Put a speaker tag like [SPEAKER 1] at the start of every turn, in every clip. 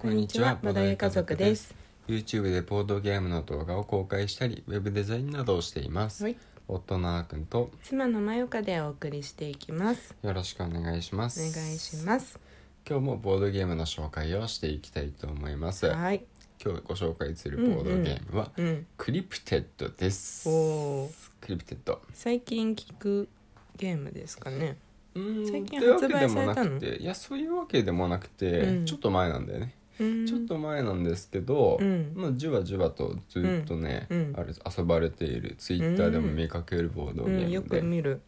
[SPEAKER 1] こんにちはボードゲー家族です。
[SPEAKER 2] YouTube でボードゲームの動画を公開したり、ウェブデザインなどをしています。
[SPEAKER 1] はい、
[SPEAKER 2] 夫のあーくんと
[SPEAKER 1] 妻のまよかでお送りしていきます。
[SPEAKER 2] よろしくお願いしま
[SPEAKER 1] お
[SPEAKER 2] す。
[SPEAKER 1] 願いします。
[SPEAKER 2] 今日もボードゲームの紹介をしていきたいと思います。今
[SPEAKER 1] はい、
[SPEAKER 2] 日ご紹介するボードゲームは、
[SPEAKER 1] うん、
[SPEAKER 2] クリプテッドです。
[SPEAKER 1] おー
[SPEAKER 2] クリプテッド。
[SPEAKER 1] 最近聞くゲームですかね。
[SPEAKER 2] うーん
[SPEAKER 1] 最近
[SPEAKER 2] というわけで
[SPEAKER 1] 発売さ
[SPEAKER 2] も
[SPEAKER 1] れ
[SPEAKER 2] な
[SPEAKER 1] たの
[SPEAKER 2] くて、いやそういうわけでもなくて、
[SPEAKER 1] うん
[SPEAKER 2] ちょっと前なんだよね。
[SPEAKER 1] うん、
[SPEAKER 2] ちょっと前なんですけど、
[SPEAKER 1] うん
[SPEAKER 2] まあ、じわじわとずっとね、
[SPEAKER 1] うんうん
[SPEAKER 2] あれ遊ばれているツイッターでも見かけるボード
[SPEAKER 1] う
[SPEAKER 2] ゲームで、うん
[SPEAKER 1] ん、よく見る。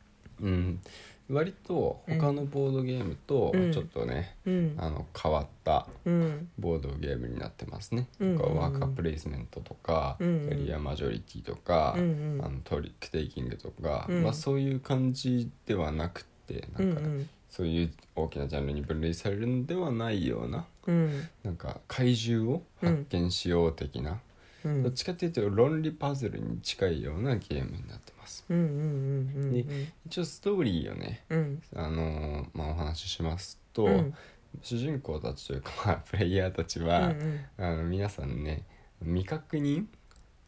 [SPEAKER 2] 割と他のボードゲームと
[SPEAKER 1] うん
[SPEAKER 2] ちょっとね、
[SPEAKER 1] うん、
[SPEAKER 2] あの変わった
[SPEAKER 1] うん、
[SPEAKER 2] ボードゲームになってますね、
[SPEAKER 1] うん
[SPEAKER 2] なんかワーカープレイスメントとか、
[SPEAKER 1] うん
[SPEAKER 2] キャリアマジョリティとか、
[SPEAKER 1] うんうん
[SPEAKER 2] あのトリックテイキングとか、
[SPEAKER 1] うん
[SPEAKER 2] まあ、そういう感じではなくて
[SPEAKER 1] う、
[SPEAKER 2] なんん
[SPEAKER 1] う
[SPEAKER 2] か、
[SPEAKER 1] ん、
[SPEAKER 2] そういう大きなジャンルに分類されるのではないような
[SPEAKER 1] うん、
[SPEAKER 2] なんか怪獣を発見しよう的な、
[SPEAKER 1] うん、う
[SPEAKER 2] どっ
[SPEAKER 1] ん、
[SPEAKER 2] ちかっていうと論理パズルに近いようなゲームになってます
[SPEAKER 1] うん、うん、うん、
[SPEAKER 2] 一応ストーリーをね、
[SPEAKER 1] うん、
[SPEAKER 2] あのーまあ、お話ししますと、
[SPEAKER 1] うん
[SPEAKER 2] 主人公たちというか、まあ、プレイヤーたちは、
[SPEAKER 1] うん
[SPEAKER 2] あの皆さんね未確認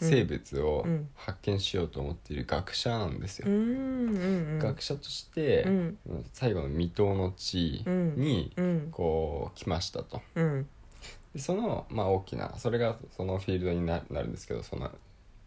[SPEAKER 2] 生物を
[SPEAKER 1] うん
[SPEAKER 2] 発見しようと思っている学者なんですよ
[SPEAKER 1] う、ん、うん、
[SPEAKER 2] 学者として、
[SPEAKER 1] うん
[SPEAKER 2] 最後の未踏の地に
[SPEAKER 1] うん、
[SPEAKER 2] こう来ましたと。
[SPEAKER 1] うん、
[SPEAKER 2] でその、まあ、大きなそれがそのフィールドにななるんですけどその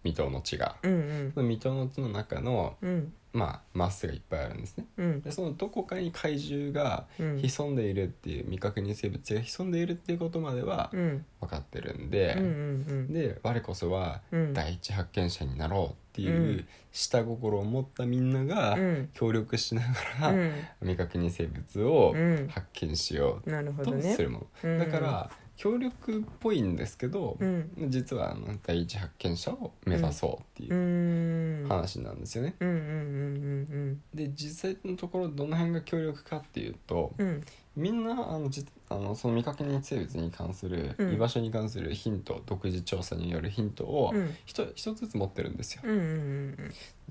[SPEAKER 2] 未踏の地が
[SPEAKER 1] うん、うん
[SPEAKER 2] そ、の未踏の地の中の
[SPEAKER 1] うん、
[SPEAKER 2] まあマスがいっぱいあるんですね
[SPEAKER 1] うん
[SPEAKER 2] で、そのどこかに怪獣が
[SPEAKER 1] うん
[SPEAKER 2] 潜んでいるっていう未確認生物が潜んでいるっていうことまでは
[SPEAKER 1] うん、
[SPEAKER 2] 分かってるん
[SPEAKER 1] うん、
[SPEAKER 2] で、
[SPEAKER 1] うん、
[SPEAKER 2] で我こそは
[SPEAKER 1] うん
[SPEAKER 2] 第一発見者になろうって
[SPEAKER 1] う
[SPEAKER 2] いうん下心を持ったみんなが
[SPEAKER 1] うん
[SPEAKER 2] 協力しなが
[SPEAKER 1] う
[SPEAKER 2] ら
[SPEAKER 1] ん
[SPEAKER 2] 未確認生物を
[SPEAKER 1] うん
[SPEAKER 2] 発見しよ
[SPEAKER 1] なるほ
[SPEAKER 2] う
[SPEAKER 1] ど
[SPEAKER 2] と
[SPEAKER 1] ね
[SPEAKER 2] す。るもの。
[SPEAKER 1] うん
[SPEAKER 2] だから協力っぽいんですけど、
[SPEAKER 1] うん
[SPEAKER 2] 実はあの第一発見者を目指そうって
[SPEAKER 1] うー
[SPEAKER 2] いうん話なんですよね。
[SPEAKER 1] うんうん
[SPEAKER 2] で実際のところどの辺が協力かっていうと
[SPEAKER 1] うんうんうん
[SPEAKER 2] みんなあのじあのその未確認生物に関する、
[SPEAKER 1] うん
[SPEAKER 2] 居場所に関するヒント独自調査によるヒントを
[SPEAKER 1] うん
[SPEAKER 2] 一、一つずつ持ってるんですよ。
[SPEAKER 1] うんうん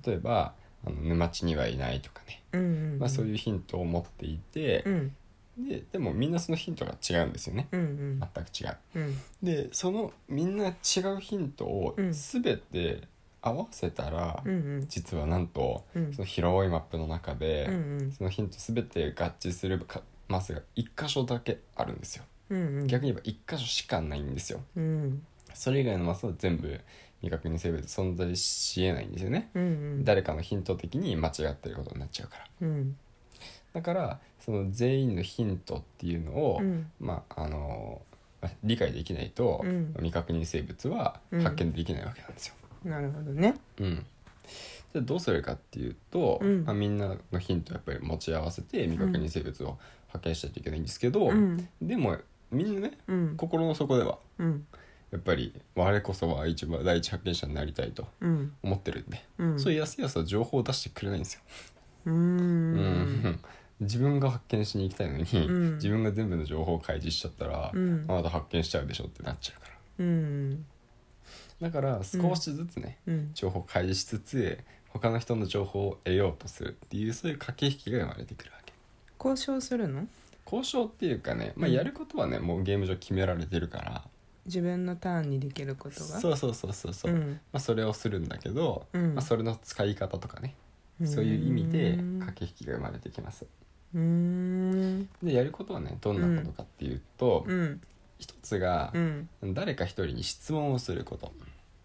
[SPEAKER 2] 例えばあの沼地にはいないとかね、
[SPEAKER 1] うんうんうん
[SPEAKER 2] まあ、そう
[SPEAKER 1] う
[SPEAKER 2] いうヒントを持っていて
[SPEAKER 1] う、ん
[SPEAKER 2] ででもみんなそのヒントが違うんですよね
[SPEAKER 1] うんうん
[SPEAKER 2] 全く違う。
[SPEAKER 1] うん
[SPEAKER 2] でそのみんな違うヒントを
[SPEAKER 1] うん
[SPEAKER 2] 全て合わせたら、
[SPEAKER 1] うんうん
[SPEAKER 2] 実はなんと
[SPEAKER 1] うん
[SPEAKER 2] その広いマップの中で、
[SPEAKER 1] うん
[SPEAKER 2] そのヒント全て合致するかマスが1箇所だけあるんですよ
[SPEAKER 1] うんうん
[SPEAKER 2] 逆に言えば1箇所しかないんですよ
[SPEAKER 1] うん
[SPEAKER 2] それ以外のマスは全部未確認生物存在しえないんですよね
[SPEAKER 1] うんうん
[SPEAKER 2] 誰かのヒント的に間違ってることになっちゃうから
[SPEAKER 1] うん
[SPEAKER 2] だからその全員のヒントっていうのを、
[SPEAKER 1] うん
[SPEAKER 2] まああのまあ理解できないと、
[SPEAKER 1] うん
[SPEAKER 2] 未確認生物は
[SPEAKER 1] うん
[SPEAKER 2] 発見できないわけなんですよ。
[SPEAKER 1] なるほどね
[SPEAKER 2] うんじゃあどうするかっていうと、
[SPEAKER 1] うん
[SPEAKER 2] まあ、みんなのヒントをやっぱり持ち合わせて未確認生物を発見しないといけないんですけど、
[SPEAKER 1] うん
[SPEAKER 2] でもみんなね
[SPEAKER 1] うん
[SPEAKER 2] 心の底では
[SPEAKER 1] うん
[SPEAKER 2] やっぱり我こそは一番第一発見者になりたいと
[SPEAKER 1] うん
[SPEAKER 2] 思ってるんで、
[SPEAKER 1] うん
[SPEAKER 2] そういうやすやすと情報を出してくれないんですよ。
[SPEAKER 1] うー
[SPEAKER 2] うんん自分が発見しに行きたいのに、
[SPEAKER 1] うん
[SPEAKER 2] 自分が全部の情報を開示しちゃったら、
[SPEAKER 1] うん
[SPEAKER 2] あなた発見しちゃうでしょってなっちゃうから
[SPEAKER 1] うん
[SPEAKER 2] だから少しずつね、
[SPEAKER 1] うん
[SPEAKER 2] 情報を開示しつつ他の人の情報を得ようとするっていうそういう駆け引きが生まれてくるわけ
[SPEAKER 1] 交渉するの
[SPEAKER 2] 交渉っていうかね、まあ、
[SPEAKER 1] うん
[SPEAKER 2] やることはね、もうゲーム上決められてるから
[SPEAKER 1] 自分のターンにできることが
[SPEAKER 2] そうそうそうそうそう、
[SPEAKER 1] うん
[SPEAKER 2] まあ、それをするんだけど、
[SPEAKER 1] うん
[SPEAKER 2] まあ、それの使い方とかねそういう意味で駆け引きが生まれてきます
[SPEAKER 1] うーん
[SPEAKER 2] でやることはねどんなことかっていうと、
[SPEAKER 1] うん
[SPEAKER 2] 一つが
[SPEAKER 1] うん
[SPEAKER 2] 誰か一人に質問をすること、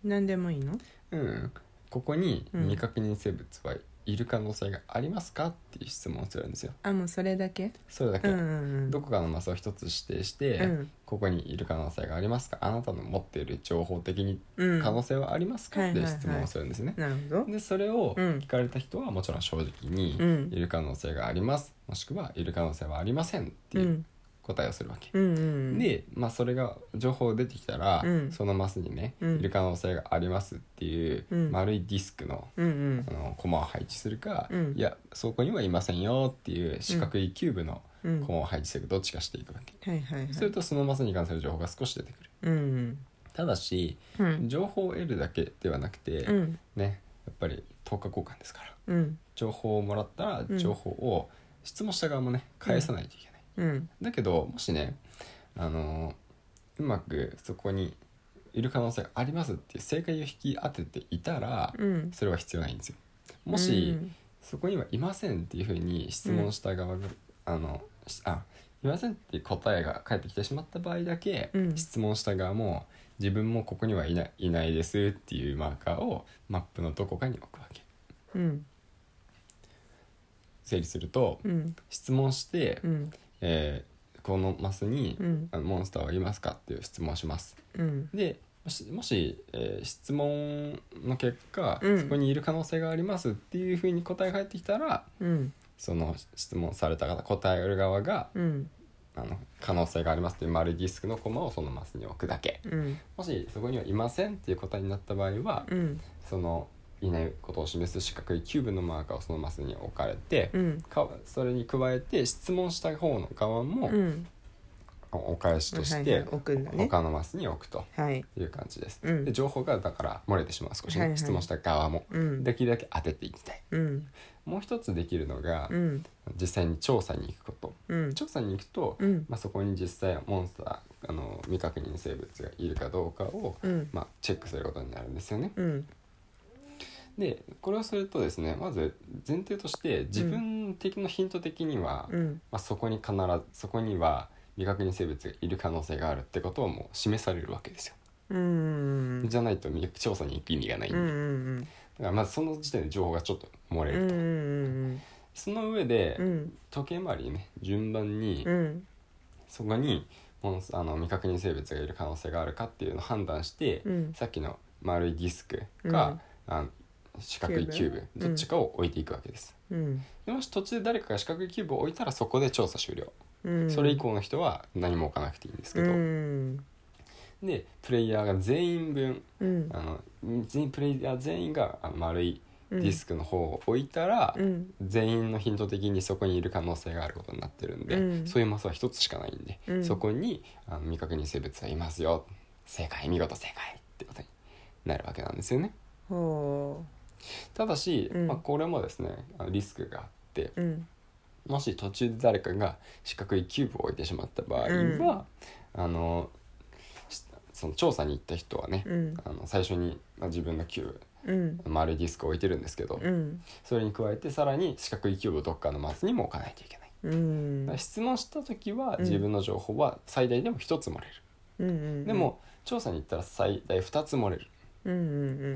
[SPEAKER 1] 何でもいいの
[SPEAKER 2] うん、ここに
[SPEAKER 1] うん
[SPEAKER 2] 未確認生物はいる可能性がありますかっていう質問をするんですよ
[SPEAKER 1] あもうそれだけ
[SPEAKER 2] それだけ、
[SPEAKER 1] うんうんうん
[SPEAKER 2] どこかのマスを一つ指定して、
[SPEAKER 1] うん
[SPEAKER 2] ここにいる可能性がありますかあなたの持っている情報的に
[SPEAKER 1] うん
[SPEAKER 2] 可能性はありますか、
[SPEAKER 1] はい
[SPEAKER 2] って
[SPEAKER 1] はい
[SPEAKER 2] いう
[SPEAKER 1] はい
[SPEAKER 2] 質問をするんですね、
[SPEAKER 1] なるほど
[SPEAKER 2] でそれを
[SPEAKER 1] うん
[SPEAKER 2] 聞かれた人はもちろん正直に、
[SPEAKER 1] うん
[SPEAKER 2] いる可能性がありますもしくはいる可能性はありませんっていう
[SPEAKER 1] うん
[SPEAKER 2] 答えをするわけ、
[SPEAKER 1] うんうん
[SPEAKER 2] で、まあ、それが情報出てきたら、
[SPEAKER 1] うん
[SPEAKER 2] そのマスにね、
[SPEAKER 1] うん
[SPEAKER 2] いる可能性がありますっていう
[SPEAKER 1] うん
[SPEAKER 2] 丸いディスクの,、
[SPEAKER 1] うんうん
[SPEAKER 2] あのコマを配置するか、
[SPEAKER 1] うん
[SPEAKER 2] いやそこにはいませんよっていう四角いキューブの
[SPEAKER 1] うん
[SPEAKER 2] コマを配置するかどっちかしていくわけ、
[SPEAKER 1] はいはいはい
[SPEAKER 2] するとそのマスに関する情報が少し出てくる
[SPEAKER 1] うん
[SPEAKER 2] ただし
[SPEAKER 1] うんうん
[SPEAKER 2] 情報を得るだけではなくて、
[SPEAKER 1] うん
[SPEAKER 2] ねやっぱり等価交換ですから
[SPEAKER 1] うん
[SPEAKER 2] 情報をもらったら
[SPEAKER 1] うん
[SPEAKER 2] 情報を質問した側もね返さないといけない、
[SPEAKER 1] うん
[SPEAKER 2] だけどもしねあのうまくそこにいる可能性がありますっていう正解を引き当てていたら、
[SPEAKER 1] うん
[SPEAKER 2] それは必要ないんですよ。もし、
[SPEAKER 1] うん
[SPEAKER 2] そこにはいませんっていうふうに質問した側が、あのしあいませんっていう答えが返ってきてしまった場合だけ、
[SPEAKER 1] うん
[SPEAKER 2] 質問した側も自分もここにはいないいないですっていうマーカーをマップのどこかに置くわけ
[SPEAKER 1] うん
[SPEAKER 2] 整理すると、
[SPEAKER 1] うん
[SPEAKER 2] 質問して、
[SPEAKER 1] うん
[SPEAKER 2] えーこのマスに、
[SPEAKER 1] うん
[SPEAKER 2] あのモンスターはいますかっていう質問をします
[SPEAKER 1] うん
[SPEAKER 2] でもしもし、えー質問の結果、
[SPEAKER 1] うん
[SPEAKER 2] そこにいる可能性がありますっていうふうに答えが返ってきたら
[SPEAKER 1] うん
[SPEAKER 2] その質問された方答える側が
[SPEAKER 1] うん
[SPEAKER 2] あの可能性がありますっていう丸いディスクのコマをそのマスに置くだけ
[SPEAKER 1] うん
[SPEAKER 2] もしそこにはいませんっていう答えになった場合は、
[SPEAKER 1] うん
[SPEAKER 2] そのいないことを示す四角いキューブのマーカーをそのマスに置かれて、
[SPEAKER 1] うん
[SPEAKER 2] かそれに加えて質問した方の側も、
[SPEAKER 1] うん
[SPEAKER 2] お返しとし
[SPEAKER 1] はいはい
[SPEAKER 2] て
[SPEAKER 1] 置くんだね
[SPEAKER 2] 他のマスに置くと
[SPEAKER 1] はい
[SPEAKER 2] いう感じです、
[SPEAKER 1] うん
[SPEAKER 2] で情報がだから漏れてしまう少しね、
[SPEAKER 1] はいはい
[SPEAKER 2] 質問した側も
[SPEAKER 1] うん
[SPEAKER 2] できるだけ当てていきたい
[SPEAKER 1] うん
[SPEAKER 2] もう一つできるのが、
[SPEAKER 1] うん
[SPEAKER 2] 実際に調査に行くこと
[SPEAKER 1] うん
[SPEAKER 2] 調査に行くと、
[SPEAKER 1] うん
[SPEAKER 2] まあ、そこに実際モンスターあの未確認生物がいるかどうかを、
[SPEAKER 1] うん
[SPEAKER 2] まあ、チェックすることになるんですよね。
[SPEAKER 1] うん
[SPEAKER 2] でこれをするとですねまず前提として自分的のヒント的には、
[SPEAKER 1] うん
[SPEAKER 2] まあ、そこに必ずそこには未確認生物がいる可能性があるってことをもう示されるわけですよ。
[SPEAKER 1] うん
[SPEAKER 2] じゃないと未調査に行く意味がないん
[SPEAKER 1] う
[SPEAKER 2] で、
[SPEAKER 1] ん
[SPEAKER 2] だ
[SPEAKER 1] うん
[SPEAKER 2] からまずその時点で情報がちょっと漏れ
[SPEAKER 1] うんう
[SPEAKER 2] ると、
[SPEAKER 1] ん
[SPEAKER 2] その上で、
[SPEAKER 1] うん
[SPEAKER 2] 時計回りにね順番に、
[SPEAKER 1] うん
[SPEAKER 2] そこにモンスあの未確認生物がいる可能性があるかっていうのを判断して、
[SPEAKER 1] うん
[SPEAKER 2] さっきの丸いディスクか、あの四角いキュー
[SPEAKER 1] キ
[SPEAKER 2] ブ
[SPEAKER 1] ューブ
[SPEAKER 2] どっちかを置いていくわけです。
[SPEAKER 1] うん
[SPEAKER 2] でもし途中で誰かが四角いキューブを置いたらそこで調査終了、
[SPEAKER 1] うん
[SPEAKER 2] それ以降の人は何も置かなくていいんですけど、
[SPEAKER 1] うん
[SPEAKER 2] でプレイヤーが全員分
[SPEAKER 1] うん
[SPEAKER 2] あの全員プレイヤー全員があの丸い
[SPEAKER 1] デ
[SPEAKER 2] ディスクの方を置いたら、
[SPEAKER 1] うん
[SPEAKER 2] 全員のヒント的にそこにいる可能性があることになってるんで、
[SPEAKER 1] うん
[SPEAKER 2] そういうマスは一つしかないんで、
[SPEAKER 1] うん
[SPEAKER 2] そこにあの未確認生物はいますよ正解見事正解ってことになるわけなんですよね
[SPEAKER 1] ほ
[SPEAKER 2] ただし、
[SPEAKER 1] うん
[SPEAKER 2] まあ、これもですねあのリスクがあって
[SPEAKER 1] ううん
[SPEAKER 2] もし途中で誰かが四角いキューブを置いてしまった場合は、あのしその調査に行った人はね、
[SPEAKER 1] うん
[SPEAKER 2] あの最初に、まあ、自分のキューブ
[SPEAKER 1] うん
[SPEAKER 2] 丸いディスクを置いてるんですけど、
[SPEAKER 1] うん
[SPEAKER 2] それに加えてさらに四角いキューブをどっかのマスにも置かないといけない。
[SPEAKER 1] うん
[SPEAKER 2] だから質問した時は
[SPEAKER 1] うん
[SPEAKER 2] 自分の情報は最大でも1つ漏れ
[SPEAKER 1] う
[SPEAKER 2] る、
[SPEAKER 1] んうん
[SPEAKER 2] でも調査に行ったら最大2つ漏れる
[SPEAKER 1] うんう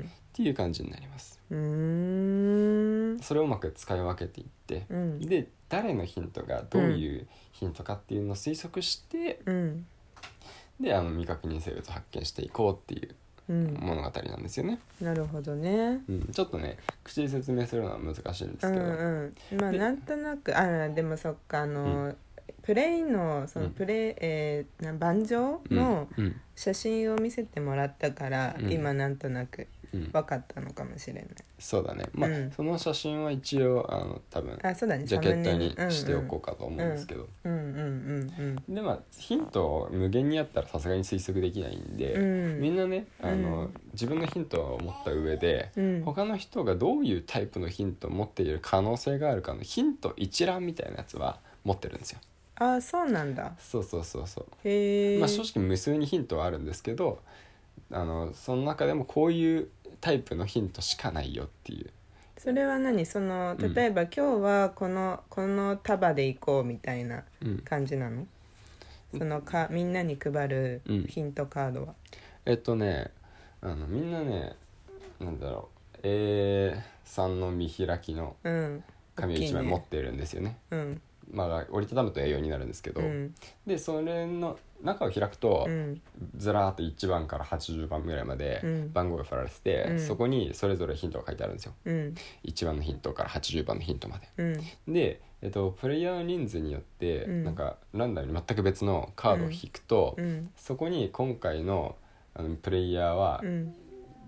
[SPEAKER 1] ん
[SPEAKER 2] っていう感じになります
[SPEAKER 1] うんうーん
[SPEAKER 2] それをうまく使い分けていって、
[SPEAKER 1] うん
[SPEAKER 2] で誰のヒントがどういうヒントかっていうのを推測して、
[SPEAKER 1] うん
[SPEAKER 2] であの未確認生物を発見していこうっていう
[SPEAKER 1] うん
[SPEAKER 2] 物語なんですよね、
[SPEAKER 1] なるほどね
[SPEAKER 2] うん、ちょっとね口で説明するのは難しいんです
[SPEAKER 1] う
[SPEAKER 2] けど、
[SPEAKER 1] んうんまあ
[SPEAKER 2] で
[SPEAKER 1] なんとなくあでもそっかあの、プレイのその
[SPEAKER 2] うん
[SPEAKER 1] プレイ、えーな盤上
[SPEAKER 2] うん
[SPEAKER 1] の
[SPEAKER 2] うん
[SPEAKER 1] 写真を見せてもらったから、
[SPEAKER 2] うん
[SPEAKER 1] 今なんとなく
[SPEAKER 2] うん、
[SPEAKER 1] 分かったのかもしれない、
[SPEAKER 2] そうだねまあ、
[SPEAKER 1] うん
[SPEAKER 2] その写真は一応あの多分
[SPEAKER 1] あそうだね
[SPEAKER 2] ジャケットに
[SPEAKER 1] サムネ
[SPEAKER 2] しておこうかと思うんですけど、
[SPEAKER 1] うんうんうん
[SPEAKER 2] でまあヒントを無限にやったらさすがに推測できないん
[SPEAKER 1] うん
[SPEAKER 2] で、
[SPEAKER 1] うん
[SPEAKER 2] みんなねあの、
[SPEAKER 1] うん
[SPEAKER 2] 自分のヒントを持った上で、
[SPEAKER 1] うん
[SPEAKER 2] 他の人がどういうタイプのヒントを持っている可能性があるかのヒント一覧みたいなやつは持ってるんですよ。
[SPEAKER 1] あそうなんだ
[SPEAKER 2] そうそうそうそう。
[SPEAKER 1] へえ、
[SPEAKER 2] まあ、正直無数にヒントはあるんですけどあのその中でもこういうタイプのヒントしかないよっていう。
[SPEAKER 1] それは何その
[SPEAKER 2] うん
[SPEAKER 1] 例えば、今日はこのこの束で行こうみたいな
[SPEAKER 2] うん
[SPEAKER 1] 感じなの、そのかみんなに配る
[SPEAKER 2] うん
[SPEAKER 1] ヒントカードは、
[SPEAKER 2] えっとねあのみんなねなんだろう A3 の見開きの
[SPEAKER 1] うん
[SPEAKER 2] 紙を
[SPEAKER 1] 大きい
[SPEAKER 2] 1枚
[SPEAKER 1] ね
[SPEAKER 2] 持ってるんですよね。
[SPEAKER 1] うん
[SPEAKER 2] まあ、折りたたむと A4 になるんですけど、
[SPEAKER 1] うん
[SPEAKER 2] でそれの中を開くと、
[SPEAKER 1] うん
[SPEAKER 2] ずらーっと1番から80番ぐらいま
[SPEAKER 1] う
[SPEAKER 2] で
[SPEAKER 1] ん
[SPEAKER 2] 番号が振られてて、
[SPEAKER 1] うん
[SPEAKER 2] そこにそれぞれヒントが書いてあるんですよ
[SPEAKER 1] うん
[SPEAKER 2] 1番のヒントから80番のヒントまで
[SPEAKER 1] うん
[SPEAKER 2] で、えっと、プレイヤーの人数によって、
[SPEAKER 1] うん
[SPEAKER 2] なんかランダムに全く別のカードを引くと、
[SPEAKER 1] うん
[SPEAKER 2] そこに今回のあのプレイヤーは
[SPEAKER 1] うん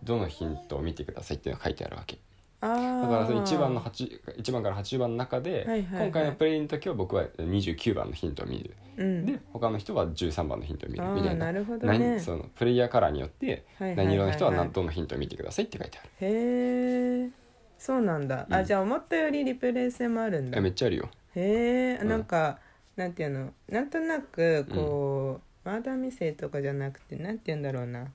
[SPEAKER 2] どのヒントを見てくださいっていうのが書いてあるわけ
[SPEAKER 1] あー
[SPEAKER 2] だからその1番の八一番から80番の中
[SPEAKER 1] はい
[SPEAKER 2] で、
[SPEAKER 1] はいはい
[SPEAKER 2] 今回のプレイの時は僕は29番のヒントを見る
[SPEAKER 1] うん
[SPEAKER 2] で他の人は13番のヒントを見る
[SPEAKER 1] あー
[SPEAKER 2] みたいな
[SPEAKER 1] なるほどね
[SPEAKER 2] 何そのプレイヤーカラーによって
[SPEAKER 1] はいはいはいはい
[SPEAKER 2] 何色の人は何どのヒントを見てくださいって書いてある、
[SPEAKER 1] へえそうなんだ、
[SPEAKER 2] う
[SPEAKER 1] あ
[SPEAKER 2] ん
[SPEAKER 1] じゃあ思ったよりリプレイ性もあるんだ
[SPEAKER 2] えめ
[SPEAKER 1] へ
[SPEAKER 2] っちゃあるよ、
[SPEAKER 1] え
[SPEAKER 2] ん
[SPEAKER 1] なんか、なんていうのなんとなくこう、マーダー未成とかじゃなくてなんて言うんだろうな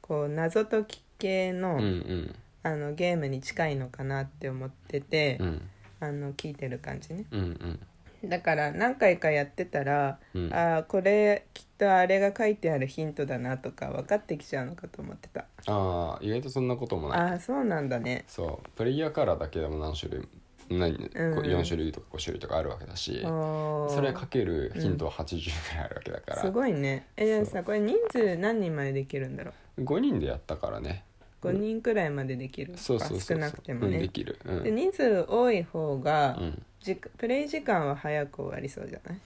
[SPEAKER 1] こう謎解き系の,、
[SPEAKER 2] うんうん
[SPEAKER 1] あのゲームに近いのかなって思ってて、
[SPEAKER 2] うん
[SPEAKER 1] あの聞いてる感じね
[SPEAKER 2] うんうん
[SPEAKER 1] だから何回かやってたら、
[SPEAKER 2] うん
[SPEAKER 1] ああこれきっとあれが書いてあるヒントだなとか分かってきちゃうのかと思ってた
[SPEAKER 2] ああ意外とそんなこともない
[SPEAKER 1] ああそうなんだね
[SPEAKER 2] そうプレイヤーカラーだけでも何種類何、こう
[SPEAKER 1] うん
[SPEAKER 2] 4種類とか5種類とかあるわけだし
[SPEAKER 1] おー
[SPEAKER 2] それかけるヒントは80ぐらいあるわけだから、
[SPEAKER 1] すごいねえ
[SPEAKER 2] そう
[SPEAKER 1] でもさこれ人数何人までできるんだろう
[SPEAKER 2] 5人でやったからね
[SPEAKER 1] 5人くらいまでできる
[SPEAKER 2] そうそうそうそう
[SPEAKER 1] 少なくても
[SPEAKER 2] うん、で
[SPEAKER 1] ね、
[SPEAKER 2] きる、うん
[SPEAKER 1] で人数多い方が、
[SPEAKER 2] うん
[SPEAKER 1] じプレイ時間は早く終わりそうじゃない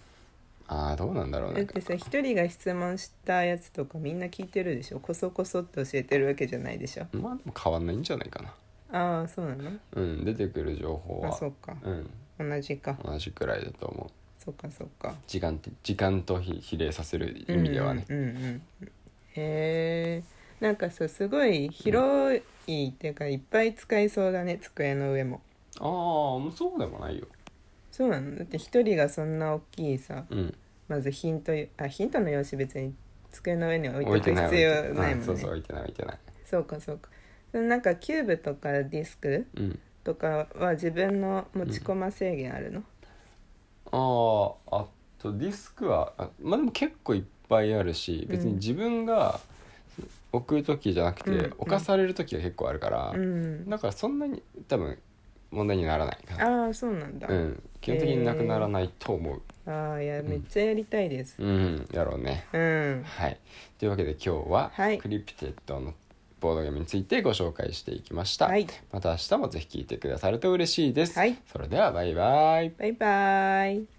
[SPEAKER 2] ああどうなんだろう
[SPEAKER 1] だ
[SPEAKER 2] な
[SPEAKER 1] っ
[SPEAKER 2] んか
[SPEAKER 1] てさ一人が質問したやつとかみんな聞いてるでしょこそこそって教えてるわけじゃないでしょ
[SPEAKER 2] まあでも変わんないんじゃないかな
[SPEAKER 1] ああそうなの
[SPEAKER 2] うん出てくる情報
[SPEAKER 1] あ
[SPEAKER 2] は
[SPEAKER 1] そっか
[SPEAKER 2] うん
[SPEAKER 1] 同じか
[SPEAKER 2] 同じくらいだと思う
[SPEAKER 1] そっかそっか
[SPEAKER 2] 時間って時間と比比例させる意味ではね、
[SPEAKER 1] うんうんうんうんへえんかさすごい広いっていうかいっぱい使いそうだね机の上も
[SPEAKER 2] ああそうでもないよ
[SPEAKER 1] そうなのだって一人がそんな大きいさ
[SPEAKER 2] うん
[SPEAKER 1] まずヒントあヒントの用紙別に机の上に置い
[SPEAKER 2] 置い
[SPEAKER 1] て
[SPEAKER 2] て
[SPEAKER 1] おく
[SPEAKER 2] ない
[SPEAKER 1] 必要ない
[SPEAKER 2] うん
[SPEAKER 1] も
[SPEAKER 2] そ
[SPEAKER 1] ん
[SPEAKER 2] う
[SPEAKER 1] ね
[SPEAKER 2] そう置いてない置いてない
[SPEAKER 1] そうかそうかそのなんかキューブとかディスク
[SPEAKER 2] うん
[SPEAKER 1] とかは自分の持ち込ま制限あるの、
[SPEAKER 2] あーあとディスクはあまあでも結構いっぱいあるし別に自分が置く時じゃなくて、
[SPEAKER 1] うん
[SPEAKER 2] 犯される時が結構あるから、
[SPEAKER 1] うん、
[SPEAKER 2] だからそんなに多分問題にならないかな、
[SPEAKER 1] ああそうなんだ、
[SPEAKER 2] うん、基本的になくならないと思う、
[SPEAKER 1] ああいや
[SPEAKER 2] ん
[SPEAKER 1] めっちゃやりたいです
[SPEAKER 2] うんやろうね
[SPEAKER 1] うん
[SPEAKER 2] はいというわけで今日は、
[SPEAKER 1] はい
[SPEAKER 2] クリプテッドのボードゲームについてご紹介していきました、
[SPEAKER 1] はい
[SPEAKER 2] また明日もぜひ聞いてくださると嬉しいです、
[SPEAKER 1] はい
[SPEAKER 2] それではバイバイ
[SPEAKER 1] バイバイ